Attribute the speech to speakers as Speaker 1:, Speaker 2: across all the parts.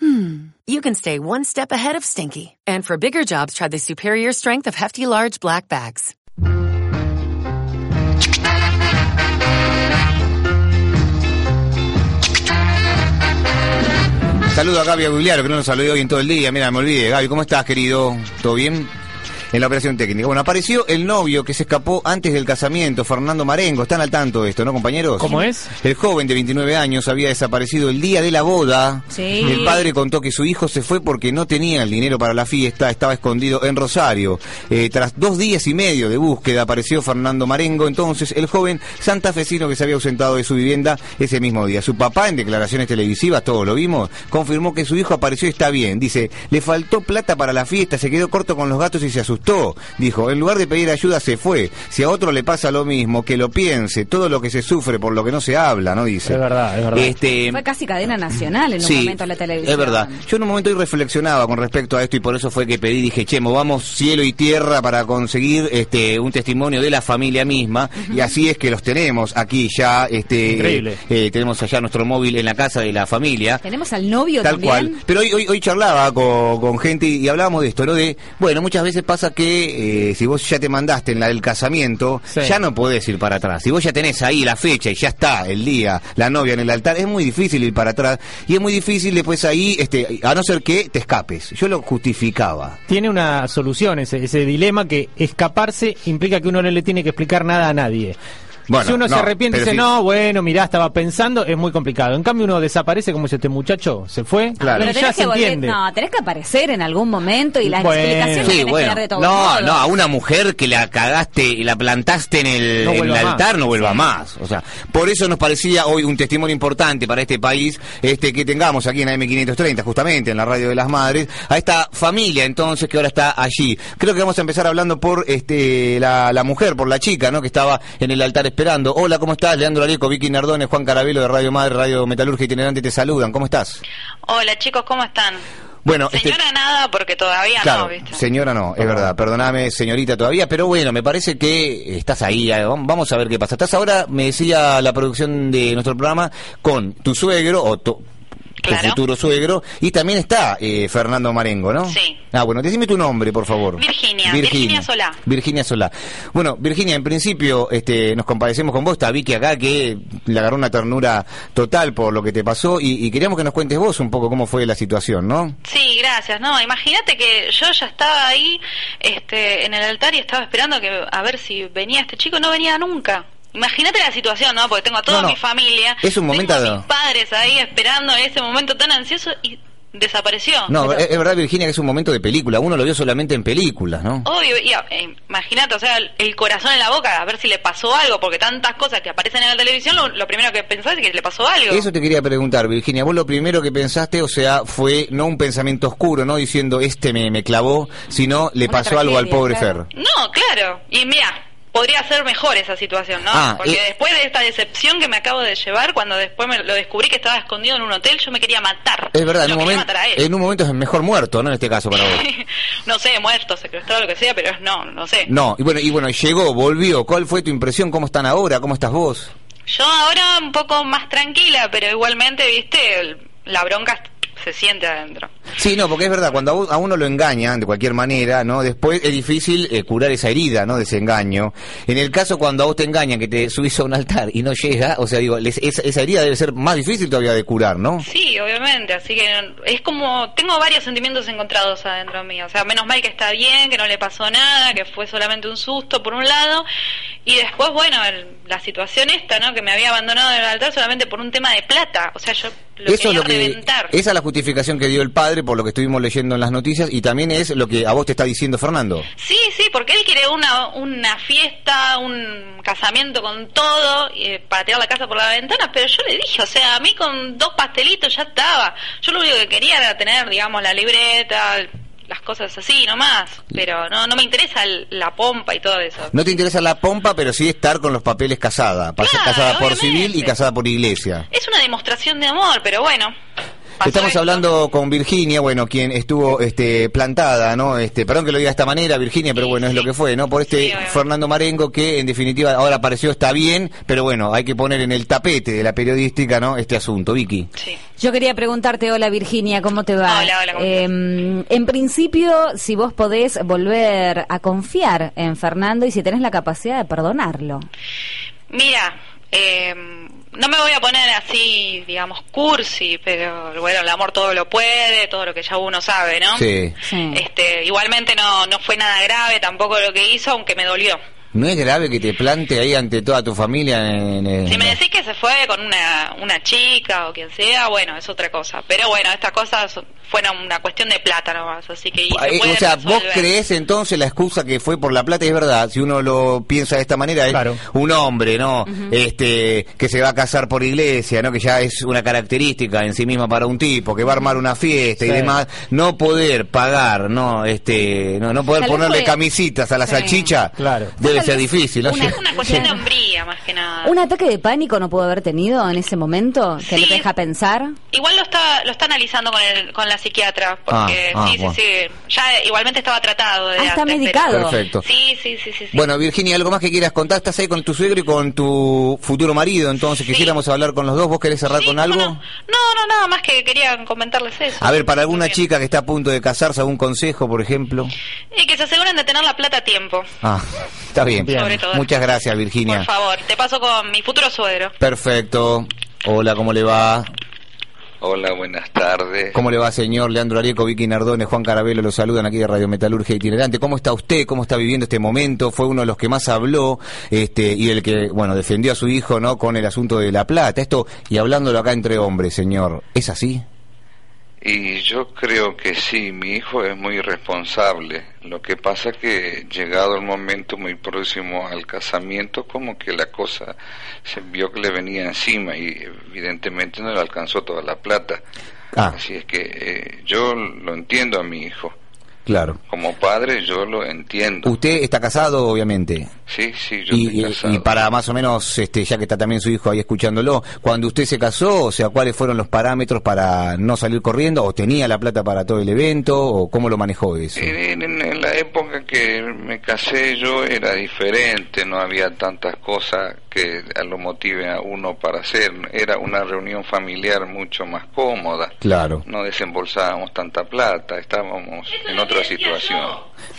Speaker 1: hmm, you can stay one step ahead of stinky. And for bigger jobs, try the superior strength of Hefty Large Black Bags.
Speaker 2: Saludo a Gaby Aguiliaro, que no nos saludó hoy en todo el día. Mira, me olvidé. Gaby, ¿cómo estás, querido? ¿Todo bien? En la operación técnica. Bueno, apareció el novio que se escapó antes del casamiento, Fernando Marengo. Están al tanto de esto, ¿no, compañeros?
Speaker 3: ¿Cómo es?
Speaker 2: El joven de 29 años había desaparecido el día de la boda.
Speaker 4: Sí.
Speaker 2: El padre contó que su hijo se fue porque no tenía el dinero para la fiesta, estaba escondido en Rosario. Eh, tras dos días y medio de búsqueda apareció Fernando Marengo, entonces el joven santafesino que se había ausentado de su vivienda ese mismo día. Su papá, en declaraciones televisivas, todos lo vimos, confirmó que su hijo apareció y está bien. Dice, le faltó plata para la fiesta, se quedó corto con los gatos y se asustó. Dijo, en lugar de pedir ayuda se fue. Si a otro le pasa lo mismo, que lo piense, todo lo que se sufre por lo que no se habla, ¿no? Dice.
Speaker 3: Es verdad, es verdad.
Speaker 2: Este,
Speaker 4: Fue casi cadena nacional en un momento la televisión.
Speaker 2: es verdad. Yo en un momento hoy reflexionaba con respecto a esto y por eso fue que pedí, dije, che, movamos cielo y tierra para conseguir este un testimonio de la familia misma. Y así es que los tenemos aquí ya. Este,
Speaker 3: Increíble.
Speaker 2: eh, eh, tenemos allá nuestro móvil en la casa de la familia.
Speaker 4: Tenemos al novio
Speaker 2: Tal
Speaker 4: también.
Speaker 2: cual. Pero hoy, hoy, hoy charlaba con, con gente y hablábamos de esto, ¿no? De, bueno, muchas veces pasa que eh, si vos ya te mandaste en la del casamiento,
Speaker 3: Sí.
Speaker 2: ya no podés ir para atrás. Si vos ya tenés ahí la fecha y ya está el día, la novia en el altar, es muy difícil ir para atrás. Y es muy difícil después ahí, este, a no ser que te escapes. Yo lo justificaba.
Speaker 3: Tiene una solución ese, ese dilema que escaparse implica que uno no le tiene que explicar nada a nadie.
Speaker 2: Bueno,
Speaker 3: si uno se
Speaker 2: no,
Speaker 3: arrepiente y
Speaker 2: pero
Speaker 3: dice,
Speaker 2: si-
Speaker 3: no, bueno, mirá, estaba pensando, es muy complicado. En cambio, uno desaparece como dice este muchacho, se fue
Speaker 2: Claro.
Speaker 3: y
Speaker 4: Pero
Speaker 3: ya
Speaker 4: tenés
Speaker 3: se
Speaker 4: que volver-
Speaker 3: entiende.
Speaker 4: No, tenés que aparecer en algún momento y las
Speaker 3: Bueno.
Speaker 4: explicaciones
Speaker 3: Sí,
Speaker 4: tenés que dar de
Speaker 2: no,
Speaker 4: todo.
Speaker 2: no, a una mujer que la cagaste y la plantaste en el,
Speaker 3: No
Speaker 2: en el
Speaker 3: vuelva más.
Speaker 2: altar no vuelva más. O sea, por eso nos parecía hoy un testimonio importante para este país este que tengamos aquí en AM530, justamente en la Radio de las Madres, a esta familia entonces que ahora está allí. Creo que vamos a empezar hablando por este la, la mujer, por la chica, ¿no? Que estaba en el altar esperando. Hola, ¿cómo estás? Leandro Areco, Vicky Nardones, Juan Carabelo de Radio Madre, Radio Metalurgia Itinerante te saludan. ¿Cómo estás?
Speaker 5: Hola chicos, ¿cómo están?
Speaker 2: Bueno, este-
Speaker 5: Señora nada, porque todavía
Speaker 2: Claro,
Speaker 5: no, ¿viste?
Speaker 2: señora no, es verdad, perdóname señorita todavía, pero bueno, me parece que estás ahí, eh, vam- vamos a ver qué pasa. Estás ahora, me decía la producción de nuestro programa, con tu suegro o tu, tu
Speaker 5: Claro.
Speaker 2: futuro suegro, y también está eh, Fernando Marengo, ¿no?
Speaker 5: Sí.
Speaker 2: Ah, bueno, decime tu nombre, por favor.
Speaker 5: Virginia, Virginia Solá.
Speaker 2: Virginia Solá. Bueno, Virginia, en principio este, nos compadecemos con vos, está Vicky acá que le agarró una ternura total por lo que te pasó, y, y queríamos que nos cuentes vos un poco cómo fue la situación, ¿no?
Speaker 5: Sí, gracias. No, imagínate que yo ya estaba ahí este, en el altar y estaba esperando que a ver si venía este chico. No venía nunca. Imagínate la situación, ¿no? Porque tengo a toda
Speaker 2: No, no.
Speaker 5: mi familia.
Speaker 2: Es un momento
Speaker 5: Tengo a
Speaker 2: de-
Speaker 5: mis padres ahí esperando ese momento tan ansioso y desapareció.
Speaker 2: No, es, es verdad, Virginia, que es un momento de película. Uno lo vio solamente en películas, ¿no?
Speaker 5: Obvio, y, ah, eh, imagínate, o sea, el- el corazón en la boca, a ver si le pasó algo, porque tantas cosas que aparecen en la televisión, lo, lo primero que pensás es que le pasó algo.
Speaker 2: Eso te quería preguntar, Virginia. Vos lo primero que pensaste, o sea, fue no un pensamiento oscuro, no diciendo este me, me clavó, sino le
Speaker 4: Una
Speaker 2: pasó algo al
Speaker 4: tragedia,
Speaker 2: pobre
Speaker 4: claro.
Speaker 2: ser.
Speaker 5: No, claro. Y mira, podría ser mejor esa situación, ¿no?
Speaker 2: Ah,
Speaker 5: Porque
Speaker 2: y-
Speaker 5: después de esta decepción que me acabo de llevar, cuando después me lo descubrí que estaba escondido en un hotel, yo me quería matar.
Speaker 2: Es verdad, en
Speaker 5: Lo
Speaker 2: un,
Speaker 5: quería
Speaker 2: momento,
Speaker 5: matar a él.
Speaker 2: en un momento es mejor muerto, ¿no? En este caso para vos.
Speaker 5: no sé, muerto, secuestrado, lo que sea, pero no, no sé.
Speaker 2: No, y bueno, y bueno, llegó, volvió. ¿Cuál fue tu impresión? ¿Cómo están ahora? ¿Cómo estás vos?
Speaker 5: Yo ahora un poco más tranquila, pero igualmente, viste, el- la bronca se siente adentro.
Speaker 2: Sí, no, porque es verdad, cuando a u- a uno lo engañan de cualquier manera, ¿no? Después es difícil eh, curar esa herida, ¿no? De ese engaño. En el caso cuando a vos te engañan, que te subís a un altar y no llega, o sea, digo, les- esa, esa herida debe ser más difícil todavía de curar, ¿no?
Speaker 5: Sí, obviamente, así que es como, tengo varios sentimientos encontrados adentro mío, o sea, menos mal que está bien, que no le pasó nada, que fue solamente un susto por un lado, y después, bueno, el- la situación esta, ¿no? Que me había abandonado en el altar solamente por un tema de plata, o sea, yo lo
Speaker 2: Eso
Speaker 5: quería
Speaker 2: es lo que-
Speaker 5: reventar.
Speaker 2: esa es la justificación que dio el padre por lo que estuvimos leyendo en las noticias y también es lo que a vos te está diciendo Fernando.
Speaker 5: Sí, sí, porque él quiere una, una fiesta, un casamiento con todo, eh, para tirar la casa por la ventana, pero yo le dije, o sea, a mí con dos pastelitos ya estaba. Yo lo único que quería era tener, digamos, la libreta, las cosas así nomás, pero no, no me interesa el- la pompa y todo eso.
Speaker 2: No te interesa la pompa, pero sí estar con los papeles casada. Pas-
Speaker 5: Claro,
Speaker 2: casada por civil y
Speaker 5: obviamente.
Speaker 2: casada por iglesia.
Speaker 5: Es una demostración de amor, pero bueno. pasó
Speaker 2: Estamos
Speaker 5: esto.
Speaker 2: hablando con Virginia, bueno, quien estuvo este, plantada, ¿no? Este, perdón que lo diga de esta manera, Virginia, pero
Speaker 5: Sí,
Speaker 2: bueno, es
Speaker 5: sí.
Speaker 2: lo que fue, ¿no? Por este
Speaker 5: Sí, obvio.
Speaker 2: Fernando Marengo que en definitiva ahora apareció, está bien, pero bueno, hay que poner en el tapete de la periodística, ¿no? Este asunto, Vicky.
Speaker 5: Sí.
Speaker 4: Yo quería preguntarte, hola Virginia, ¿cómo te va?
Speaker 5: Hola, hola, ¿cómo
Speaker 4: Eh, en principio, si vos podés volver a confiar en Fernando y si tenés la capacidad de perdonarlo.
Speaker 5: Mira, eh, no me voy a poner así, digamos, cursi, pero bueno, el amor todo lo puede, todo lo que ya uno sabe, ¿no?
Speaker 2: Sí.
Speaker 4: Sí.
Speaker 5: Este, igualmente no, no fue nada grave tampoco lo que hizo, aunque me dolió.
Speaker 2: ¿No es grave que te plante ahí ante toda tu familia en... en-
Speaker 5: Si me decís que se fue con una, una chica o quien sea, bueno, es otra cosa. Pero bueno, estas cosas fueron una cuestión de plata nomás, así que... y se
Speaker 2: Eh,
Speaker 5: puede
Speaker 2: o sea, vos
Speaker 5: resolver.
Speaker 2: crees entonces la excusa que fue por la plata, es verdad, si uno lo piensa de esta manera, es
Speaker 3: Claro.
Speaker 2: un hombre, ¿no? Este, que se va a casar por iglesia, ¿no? Que ya es una característica en sí misma para un tipo, que va a armar una fiesta y
Speaker 3: Sí.
Speaker 2: demás, no poder pagar, no, este, no, no poder
Speaker 4: Tal vez
Speaker 2: ponerle
Speaker 4: fue-
Speaker 2: camisitas a la
Speaker 4: Sí.
Speaker 2: salchicha,
Speaker 3: Claro.
Speaker 2: debe
Speaker 4: Tal
Speaker 2: ser
Speaker 4: vez
Speaker 2: difícil, ¿no?
Speaker 4: una-
Speaker 5: Es una cuestión de
Speaker 4: Claro.
Speaker 5: hombría más que nada.
Speaker 4: ¿Un ataque de pánico no pudo haber tenido en ese momento que le
Speaker 5: Sí.
Speaker 4: deja pensar?
Speaker 5: Igual lo está, lo está analizando con, el, con la psiquiatra, porque
Speaker 2: Ah, ah,
Speaker 5: sí, sí,
Speaker 2: bueno.
Speaker 5: sí. Ya eh, igualmente estaba tratado. De
Speaker 4: Ah, está
Speaker 5: antes, pero-
Speaker 4: medicado.
Speaker 2: Perfecto.
Speaker 5: Sí, sí, sí, sí. sí.
Speaker 2: Bueno, Virginia, ¿algo más que quieras contar? Estás ahí con tu suegro y con tu futuro marido, entonces
Speaker 5: Sí.
Speaker 2: quisiéramos hablar con los dos. ¿Vos querés cerrar
Speaker 5: Sí,
Speaker 2: con
Speaker 5: ¿cómo
Speaker 2: algo?
Speaker 5: No? no, no, nada más que quería comentarles eso.
Speaker 2: A ver, para alguna
Speaker 5: Bien.
Speaker 2: chica que está a punto de casarse, algún consejo, por ejemplo.
Speaker 5: Y que se aseguren de tener la plata a tiempo,
Speaker 2: Ah, está bien.
Speaker 3: Bien.
Speaker 5: sobre todo.
Speaker 2: Muchas gracias, Virginia.
Speaker 5: Por favor, te paso con mi futuro suegro.
Speaker 2: Perfecto. Hola, ¿cómo le va?
Speaker 6: Hola, buenas tardes.
Speaker 2: ¿Cómo le va, señor? Leandro Arieco, Vicky Nardone, Juan Carabelo, los saludan aquí de Radio Metalurgia Itinerante. ¿Cómo está usted? ¿Cómo está viviendo este momento? Fue uno de los que más habló este, y el que, bueno, defendió a su hijo, ¿no? Con el asunto de la plata. Esto, y hablándolo acá entre hombres, señor. ¿Es así?
Speaker 6: Y yo creo que sí, mi hijo es muy responsable. Lo que pasa que llegado el momento muy próximo al casamiento, como que la cosa se vio que le venía encima y evidentemente no le alcanzó toda la plata.
Speaker 2: Ah,
Speaker 6: Así es que eh, yo lo entiendo a mi hijo.
Speaker 2: claro.
Speaker 6: Como padre yo lo entiendo.
Speaker 2: Usted está casado, obviamente.
Speaker 6: sí, sí, yo
Speaker 2: Y,
Speaker 6: estoy
Speaker 2: y-
Speaker 6: casado.
Speaker 2: y para más o menos, este, ya que está también su hijo ahí escuchándolo, cuando usted se casó, o sea, ¿cuáles fueron los parámetros para no salir corriendo? ¿O tenía la plata para todo el evento? ¿O cómo lo manejó eso?
Speaker 6: En, en- en la época que me casé yo era diferente, no había tantas cosas que a lo motive a uno para hacer. Era una reunión familiar mucho más cómoda.
Speaker 2: Claro,
Speaker 6: No desembolsábamos tanta plata, estábamos en otra situación.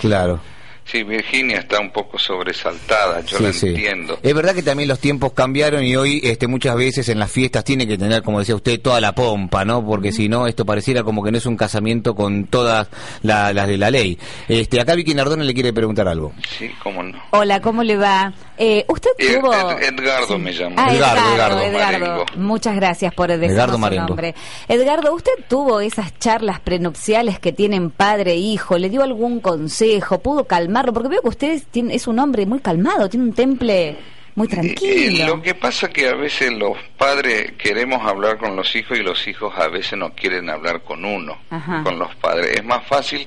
Speaker 2: claro.
Speaker 6: Sí, Virginia está un poco sobresaltada, yo
Speaker 2: Sí,
Speaker 6: la
Speaker 2: sí. Eh,
Speaker 6: entiendo.
Speaker 2: Es verdad que también los tiempos cambiaron y hoy este, muchas veces en las fiestas tiene que tener, como decía usted, toda la pompa, ¿no? Porque si no, esto pareciera como que no es un casamiento con todas la- las de la ley. Este, acá Vicky Nardone le quiere preguntar algo.
Speaker 6: Sí, cómo no.
Speaker 4: Hola, ¿cómo le va? Eh, ¿Usted
Speaker 6: Ed-
Speaker 4: tuvo...?
Speaker 6: Ed- Edgardo me llama.
Speaker 4: Ah, Edgardo,
Speaker 2: Edgardo,
Speaker 4: Edgardo,
Speaker 6: Edgardo Marengo.
Speaker 4: Muchas gracias por decirnos
Speaker 2: Edgardo
Speaker 4: su
Speaker 2: Marengo.
Speaker 4: nombre. Edgardo, ¿usted tuvo esas charlas prenupciales que tienen padre e hijo? ¿Le dio algún consejo? ¿Pudo calmarlo? Porque veo que usted es, tiene- es un hombre muy calmado, tiene un temple muy
Speaker 6: Eh,
Speaker 4: tranquilo.
Speaker 6: lo que pasa que a veces los padres queremos hablar con los hijos y los hijos a veces no quieren hablar con uno,
Speaker 4: Ajá.
Speaker 6: con los padres. Es más fácil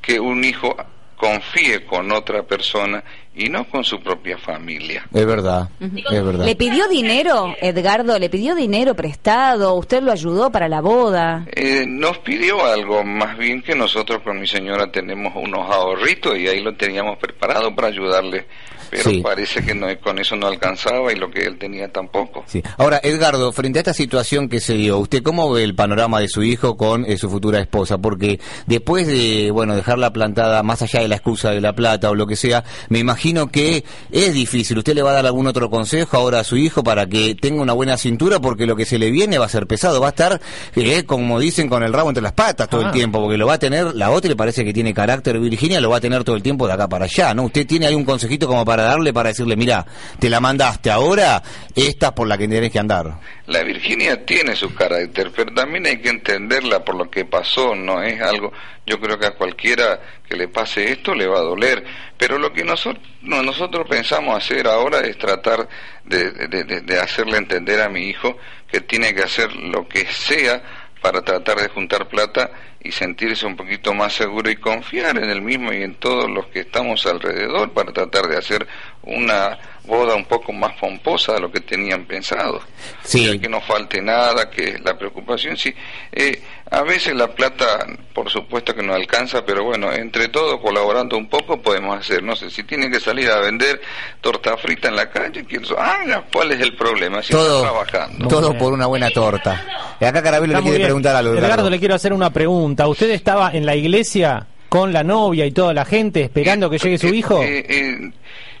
Speaker 6: que un hijo confíe con otra persona y no con su propia familia.
Speaker 2: Es verdad, es verdad.
Speaker 4: ¿Le pidió dinero, Edgardo? ¿Le pidió dinero prestado? ¿Usted lo ayudó para la boda?
Speaker 6: Eh, nos pidió algo, más bien que nosotros con mi señora tenemos unos ahorritos y ahí lo teníamos preparado para ayudarle, pero
Speaker 2: Sí.
Speaker 6: parece que no, con eso no alcanzaba y lo que él tenía tampoco.
Speaker 2: Sí. Ahora, Edgardo, frente a esta situación que se dio, ¿usted cómo ve el panorama de su hijo con eh, su futura esposa? Porque después de, bueno, dejarla plantada más allá de la excusa de la plata o lo que sea, me imagino que es difícil. ¿Usted le va a dar algún otro consejo ahora a su hijo para que tenga una buena cintura? Porque lo que se le viene va a ser pesado, va a estar, eh, como dicen, con el rabo entre las patas todo
Speaker 3: Ah.
Speaker 2: el tiempo, porque lo va a tener, la otra le parece que tiene carácter Virginia, lo va a tener todo el tiempo de acá para allá, ¿no? ¿Usted tiene algún consejito como para darle, para decirle, mira, te la mandaste ahora, esta es por la que tenés que andar?
Speaker 6: La Virginia tiene su carácter, pero también hay que entenderla por lo que pasó, no es algo, yo creo que a cualquiera que le pase esto le va a doler, pero lo que nosotros, nosotros pensamos hacer ahora es tratar de, de- de- de hacerle entender a mi hijo que tiene que hacer lo que sea para tratar de juntar plata y sentirse un poquito más seguro y confiar en el mismo y en todos los que estamos alrededor para tratar de hacer una boda un poco más pomposa de lo que tenían pensado.
Speaker 2: Sí.
Speaker 6: O sea, que no falte nada, que la preocupación sí. eh, a veces la plata, por supuesto que no alcanza, pero bueno, entre todos colaborando un poco podemos hacer. No sé, si tienen que salir a vender torta frita en la calle, que eso hagan, ¿cuál es el problema? Si
Speaker 2: todo,
Speaker 6: están trabajando.
Speaker 2: todo por una buena torta. Y acá Carabelo
Speaker 3: Está
Speaker 2: le
Speaker 3: muy
Speaker 2: quiere
Speaker 3: bien.
Speaker 2: preguntar algo.
Speaker 3: Edgardo,
Speaker 2: Edgardo.
Speaker 3: le quiero hacer una pregunta. ¿Usted estaba en la iglesia con la novia y toda la gente esperando que llegue su
Speaker 6: Eh,
Speaker 3: hijo?
Speaker 6: eh, eh,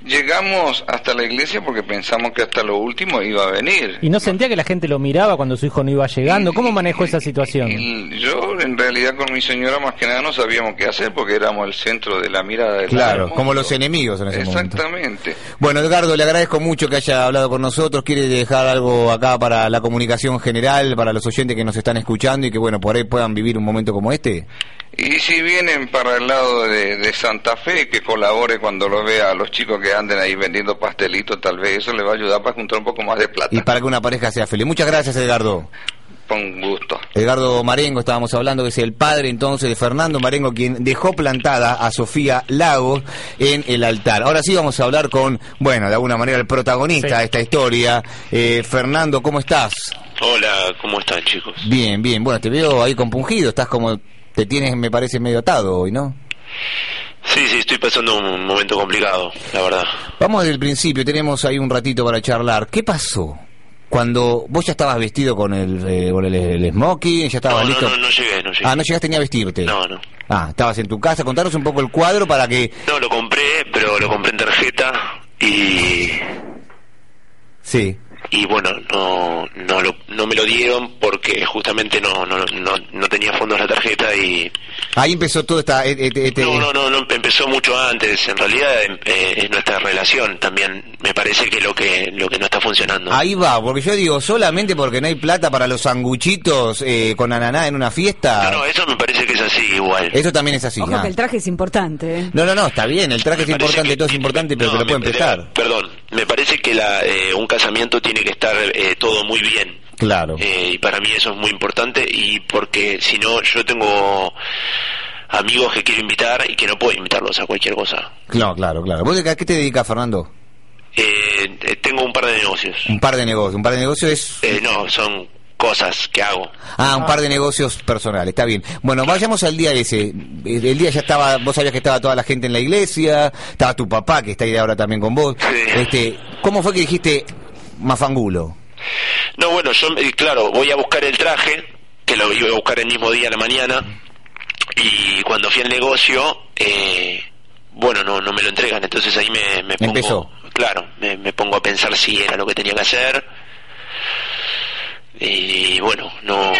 Speaker 6: llegamos hasta la iglesia porque pensamos que hasta lo último iba a venir.
Speaker 3: ¿Y no sentía que la gente lo miraba cuando su hijo no iba llegando? ¿Cómo manejó esa situación?
Speaker 6: Y yo, en realidad, con mi señora más que nada no sabíamos qué hacer porque éramos el centro de la mirada de
Speaker 2: Claro, como los enemigos en ese momento.
Speaker 6: Exactamente.
Speaker 2: Bueno, Edgardo, le agradezco mucho que haya hablado con nosotros. Quiere dejar algo acá para la comunicación general, para los oyentes que nos están escuchando y que, bueno, por ahí puedan vivir un momento como este.
Speaker 6: Y si vienen para el lado de, de Santa Fe, que colabore cuando lo vea a los chicos que anden ahí vendiendo pastelitos, tal vez eso le va a ayudar para juntar un poco más de plata.
Speaker 2: Y para que una pareja sea feliz. Muchas gracias, Edgardo.
Speaker 6: Con gusto.
Speaker 2: Edgardo Marengo, estábamos hablando, que es el padre entonces de Fernando Marengo, quien dejó plantada a Sofía Lagos en el altar. Ahora sí vamos a hablar con, bueno, de alguna manera el protagonista
Speaker 3: Sí.
Speaker 2: de esta historia. Eh, Fernando, ¿cómo estás?
Speaker 7: Hola, ¿cómo están chicos?
Speaker 2: Bien, bien. Bueno, te veo ahí compungido, estás como, te tienes, me parece, medio atado hoy, ¿no?
Speaker 7: Sí, sí, estoy pasando un momento complicado, la verdad.
Speaker 2: Vamos desde el principio, tenemos ahí un ratito para charlar. ¿Qué pasó? Cuando vos ya estabas vestido con el, eh, con el, el smoking, ya estabas
Speaker 7: No, no,
Speaker 2: listo.
Speaker 7: no, no llegué, no llegué.
Speaker 2: Ah, no llegaste ni a vestirte.
Speaker 7: No, no.
Speaker 2: Ah, estabas en tu casa. Contanos un poco el cuadro para que
Speaker 7: No, lo compré, pero lo compré en tarjeta y,
Speaker 2: Sí,
Speaker 7: y bueno, no, no, lo- no me lo dieron porque justamente no, no, no, no tenía fondos la tarjeta y...
Speaker 2: ahí empezó todo esta... eh, eh, eh,
Speaker 7: No, no, no, no, empezó mucho antes. En realidad em- eh, es nuestra relación también. Me parece que lo que, lo que no está funcionando.
Speaker 2: Ahí va, porque yo digo, solamente porque no hay plata para los sanguchitos eh, con ananá en una fiesta,
Speaker 7: No, no, eso me parece que es así igual.
Speaker 2: eso también es así.
Speaker 4: Ojo
Speaker 2: ah.
Speaker 4: que el traje es importante. ¿eh?
Speaker 2: No, no, no, está bien, el traje es
Speaker 7: Me parece
Speaker 2: importante,
Speaker 7: que-
Speaker 2: todo es importante, pero
Speaker 7: No,
Speaker 2: se lo
Speaker 7: me-
Speaker 2: pueden prestar.
Speaker 7: Perdón, me parece que la, eh, un casamiento tiene que estar eh, todo muy bien.
Speaker 2: Claro.
Speaker 7: Eh, y para mí eso es muy importante y porque si no yo tengo amigos que quiero invitar y que no puedo invitarlos a cualquier cosa.
Speaker 2: Claro, claro, claro. ¿Vos de- a qué te dedicas, Fernando?
Speaker 7: Eh, eh, tengo un par de negocios.
Speaker 2: Un par de negocios, un par de negocios es...
Speaker 7: Eh, no, son cosas que hago.
Speaker 2: Ah, un par de negocios personales, está bien. Bueno, vayamos al día ese. Eh, El el día ya estaba, vos sabías que estaba toda la gente en la iglesia, estaba tu papá que está ahí ahora también con vos.
Speaker 7: Sí.
Speaker 2: Este, ¿Cómo fue que dijiste mafangulo?
Speaker 7: No, bueno, yo, eh, claro, voy a buscar el traje, que lo iba a buscar el mismo día a la mañana, y cuando fui al negocio, eh, bueno, no, no me lo entregan, entonces ahí me, me pongo...
Speaker 2: Empezó.
Speaker 7: Claro, me, me pongo a pensar si era lo que tenía que hacer. Y bueno, no...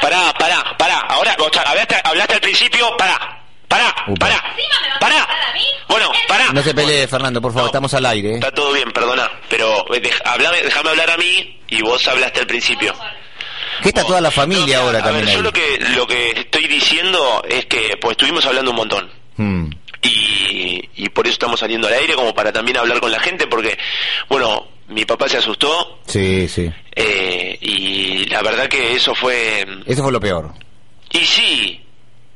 Speaker 7: Pará, pará, pará, ahora, o sea, hablaste, hablaste al principio, pará, pará,
Speaker 2: Upa.
Speaker 7: pará,
Speaker 5: Encima me vas a
Speaker 7: pará.
Speaker 5: matar a mí.
Speaker 7: Bueno, pará.
Speaker 2: No se pelee, Fernando, por favor,
Speaker 7: No.
Speaker 2: estamos al aire. ¿eh?
Speaker 7: Está todo bien, perdona, pero eh, dej- hablame- déjame hablar a mí y vos hablaste al principio.
Speaker 2: Que está toda la familia
Speaker 7: No,
Speaker 2: ahora
Speaker 7: a
Speaker 2: también
Speaker 7: ver,
Speaker 2: ahí.
Speaker 7: yo lo que, lo que estoy diciendo es que pues estuvimos hablando un montón.
Speaker 2: Mm.
Speaker 7: Y, y por eso estamos saliendo al aire, como para también hablar con la gente, porque, bueno, mi papá se asustó
Speaker 2: Sí, sí.
Speaker 7: eh, y la verdad que eso fue...
Speaker 2: Eso fue lo peor.
Speaker 7: Y sí,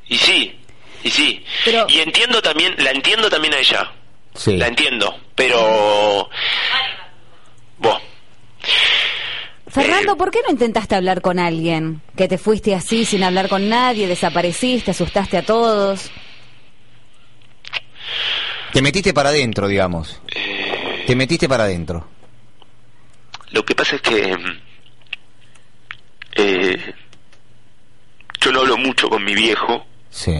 Speaker 7: y sí, y sí.
Speaker 4: Pero-
Speaker 7: Y entiendo también, la entiendo también a ella.
Speaker 2: Sí.
Speaker 7: La entiendo, pero... Bueno,
Speaker 4: Fernando,
Speaker 7: Eh,
Speaker 4: ¿por qué no intentaste hablar con alguien? Que te fuiste así sin hablar con nadie, desapareciste, asustaste a todos.
Speaker 2: Te metiste para adentro, digamos.
Speaker 7: eh,
Speaker 2: Te metiste para adentro.
Speaker 7: Lo que pasa es que mm, eh, yo no hablo mucho con mi viejo
Speaker 2: Sí.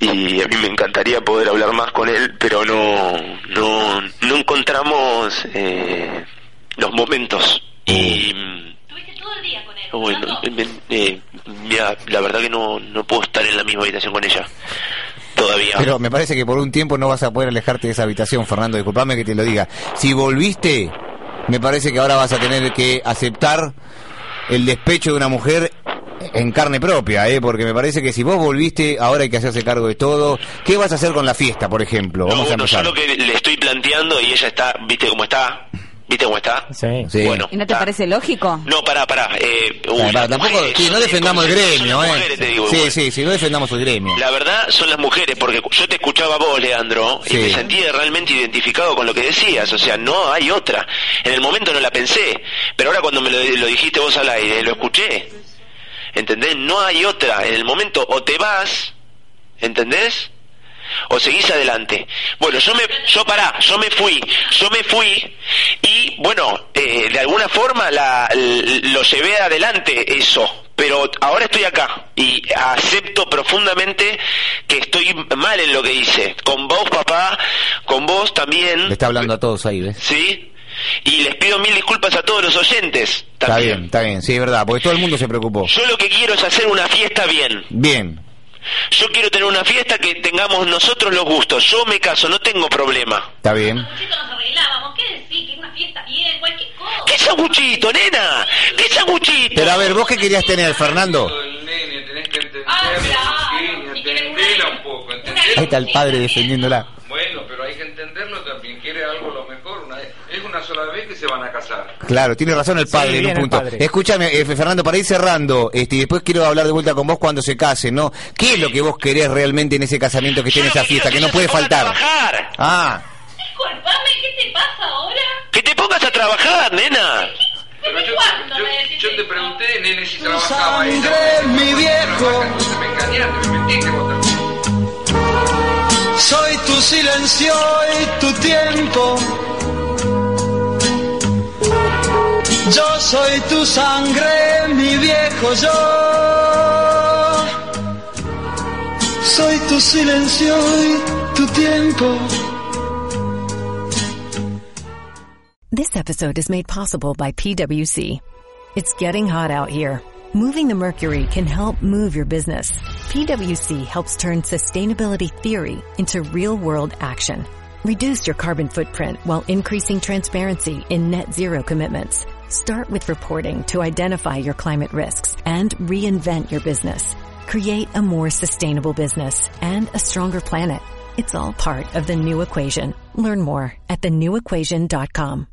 Speaker 7: y a mí me encantaría poder hablar más con él, pero no no no encontramos eh, los momentos y mm,
Speaker 5: Estuviste todo el día con él.
Speaker 7: bueno,
Speaker 5: ¿no?
Speaker 7: eh, eh, mira, la verdad que no no puedo estar en la misma habitación con ella todavía.
Speaker 2: Pero me parece que por un tiempo no vas a poder alejarte de esa habitación, Fernando. Disculpame que te lo diga. Si volviste, me parece que ahora vas a tener que aceptar el despecho de una mujer en carne propia, ¿eh? Porque me parece que si vos volviste, ahora hay que hacerse cargo de todo. ¿Qué vas a hacer con la fiesta, por ejemplo?
Speaker 7: No,
Speaker 2: Vamos a
Speaker 7: bueno, yo
Speaker 2: empezar.
Speaker 7: lo que le estoy planteando y ella está, viste cómo está, ¿Viste cómo está?
Speaker 8: Sí.
Speaker 2: Sí.
Speaker 7: Bueno.
Speaker 4: ¿Y no te
Speaker 7: está.
Speaker 4: parece lógico?
Speaker 7: No, pará, pará. Eh, uy,
Speaker 2: Pará,
Speaker 7: las
Speaker 2: tampoco,
Speaker 7: mujeres
Speaker 2: sí,
Speaker 7: son-
Speaker 2: no defendamos el
Speaker 7: son las
Speaker 2: gremio, ¿eh?
Speaker 7: mujeres, te digo,
Speaker 2: sí,
Speaker 7: igual.
Speaker 2: sí, sí, no defendamos el gremio.
Speaker 7: La verdad son las mujeres, porque yo te escuchaba a vos, Leandro,
Speaker 2: Sí.
Speaker 7: y me sentía realmente identificado con lo que decías. O sea, no hay otra. En el momento no la pensé, pero ahora cuando me lo, lo dijiste vos al aire, lo escuché. ¿Entendés? No hay otra. En el momento o te vas, ¿entendés? O seguís adelante. Bueno, yo me, yo pará, yo me fui, yo me fui y bueno, eh, de alguna forma la, l- lo llevé adelante eso. Pero ahora estoy acá y acepto profundamente que estoy mal en lo que hice. Con vos, papá, con vos también.
Speaker 2: Le está hablando a todos ahí, ¿eh? ¿ves?
Speaker 7: ¿Sí? Y les pido mil disculpas a todos los oyentes.
Speaker 2: Está
Speaker 7: También.
Speaker 2: bien, está bien, sí, es verdad, porque todo el mundo se preocupó.
Speaker 7: Yo lo que quiero es hacer una fiesta bien.
Speaker 2: Bien,
Speaker 7: Yo quiero tener una fiesta que tengamos nosotros los gustos. Yo me caso, no tengo problema.
Speaker 2: está bien.
Speaker 5: Chicos, nos arreglábamos. ¿Qué decir? Que una fiesta bien, cualquier cosa.
Speaker 7: ¿Qué sanguchito, nena? ¿Qué sanguchito?
Speaker 2: Pero a ver, ¿vos qué querías tener, Fernando?
Speaker 6: Nene, tenés que entender,
Speaker 5: Ah,
Speaker 6: Virginia,
Speaker 5: claro. Si quieren una-
Speaker 6: entendela un poco, entendela.
Speaker 2: Ahí está el padre defendiéndola.
Speaker 6: Bueno, pero hay que entenderlo también, quiere algo lo mejor, una- es una sola vez que se van a casar.
Speaker 2: Claro, tiene razón el padre
Speaker 8: Sí,
Speaker 2: en un
Speaker 8: bien el
Speaker 2: punto.
Speaker 8: padre.
Speaker 2: Escúchame, eh, Fernando, para ir cerrando, este, y después quiero hablar de vuelta con vos cuando se casen, ¿no? ¿Qué es lo que vos querés realmente en ese casamiento que
Speaker 7: Yo
Speaker 2: tiene
Speaker 7: lo
Speaker 2: esa
Speaker 7: que
Speaker 2: fiesta, que
Speaker 7: quiero
Speaker 2: no
Speaker 7: es que
Speaker 2: puede
Speaker 7: ella se ponga a
Speaker 2: faltar?
Speaker 7: trabajar.
Speaker 2: Ah,
Speaker 5: Disculpame, ¿qué te pasa ahora?
Speaker 7: Que te pongas a trabajar, nena.
Speaker 6: Pero yo,
Speaker 5: ¿Cuándo
Speaker 6: yo-
Speaker 5: me decís
Speaker 6: yo te
Speaker 5: eso?
Speaker 6: pregunté, nene, si trabajaba ella. mi viejo. Me engañaste, me mentiste vos también.
Speaker 3: Soy tu silencio y tu tiempo. Yo soy tu sangre, mi viejo yo. Soy tu silencio y tu tiempo.
Speaker 1: This episode is made possible by PwC. It's getting hot out here. Moving the mercury can help move your business. PwC helps turn sustainability theory into real world action. Reduce your carbon footprint while increasing transparency in net zero commitments. Start with reporting to identify your climate risks and reinvent your business. Create a more sustainable business and a stronger planet. It's all part of the new equation. Learn more at thenewequation.com.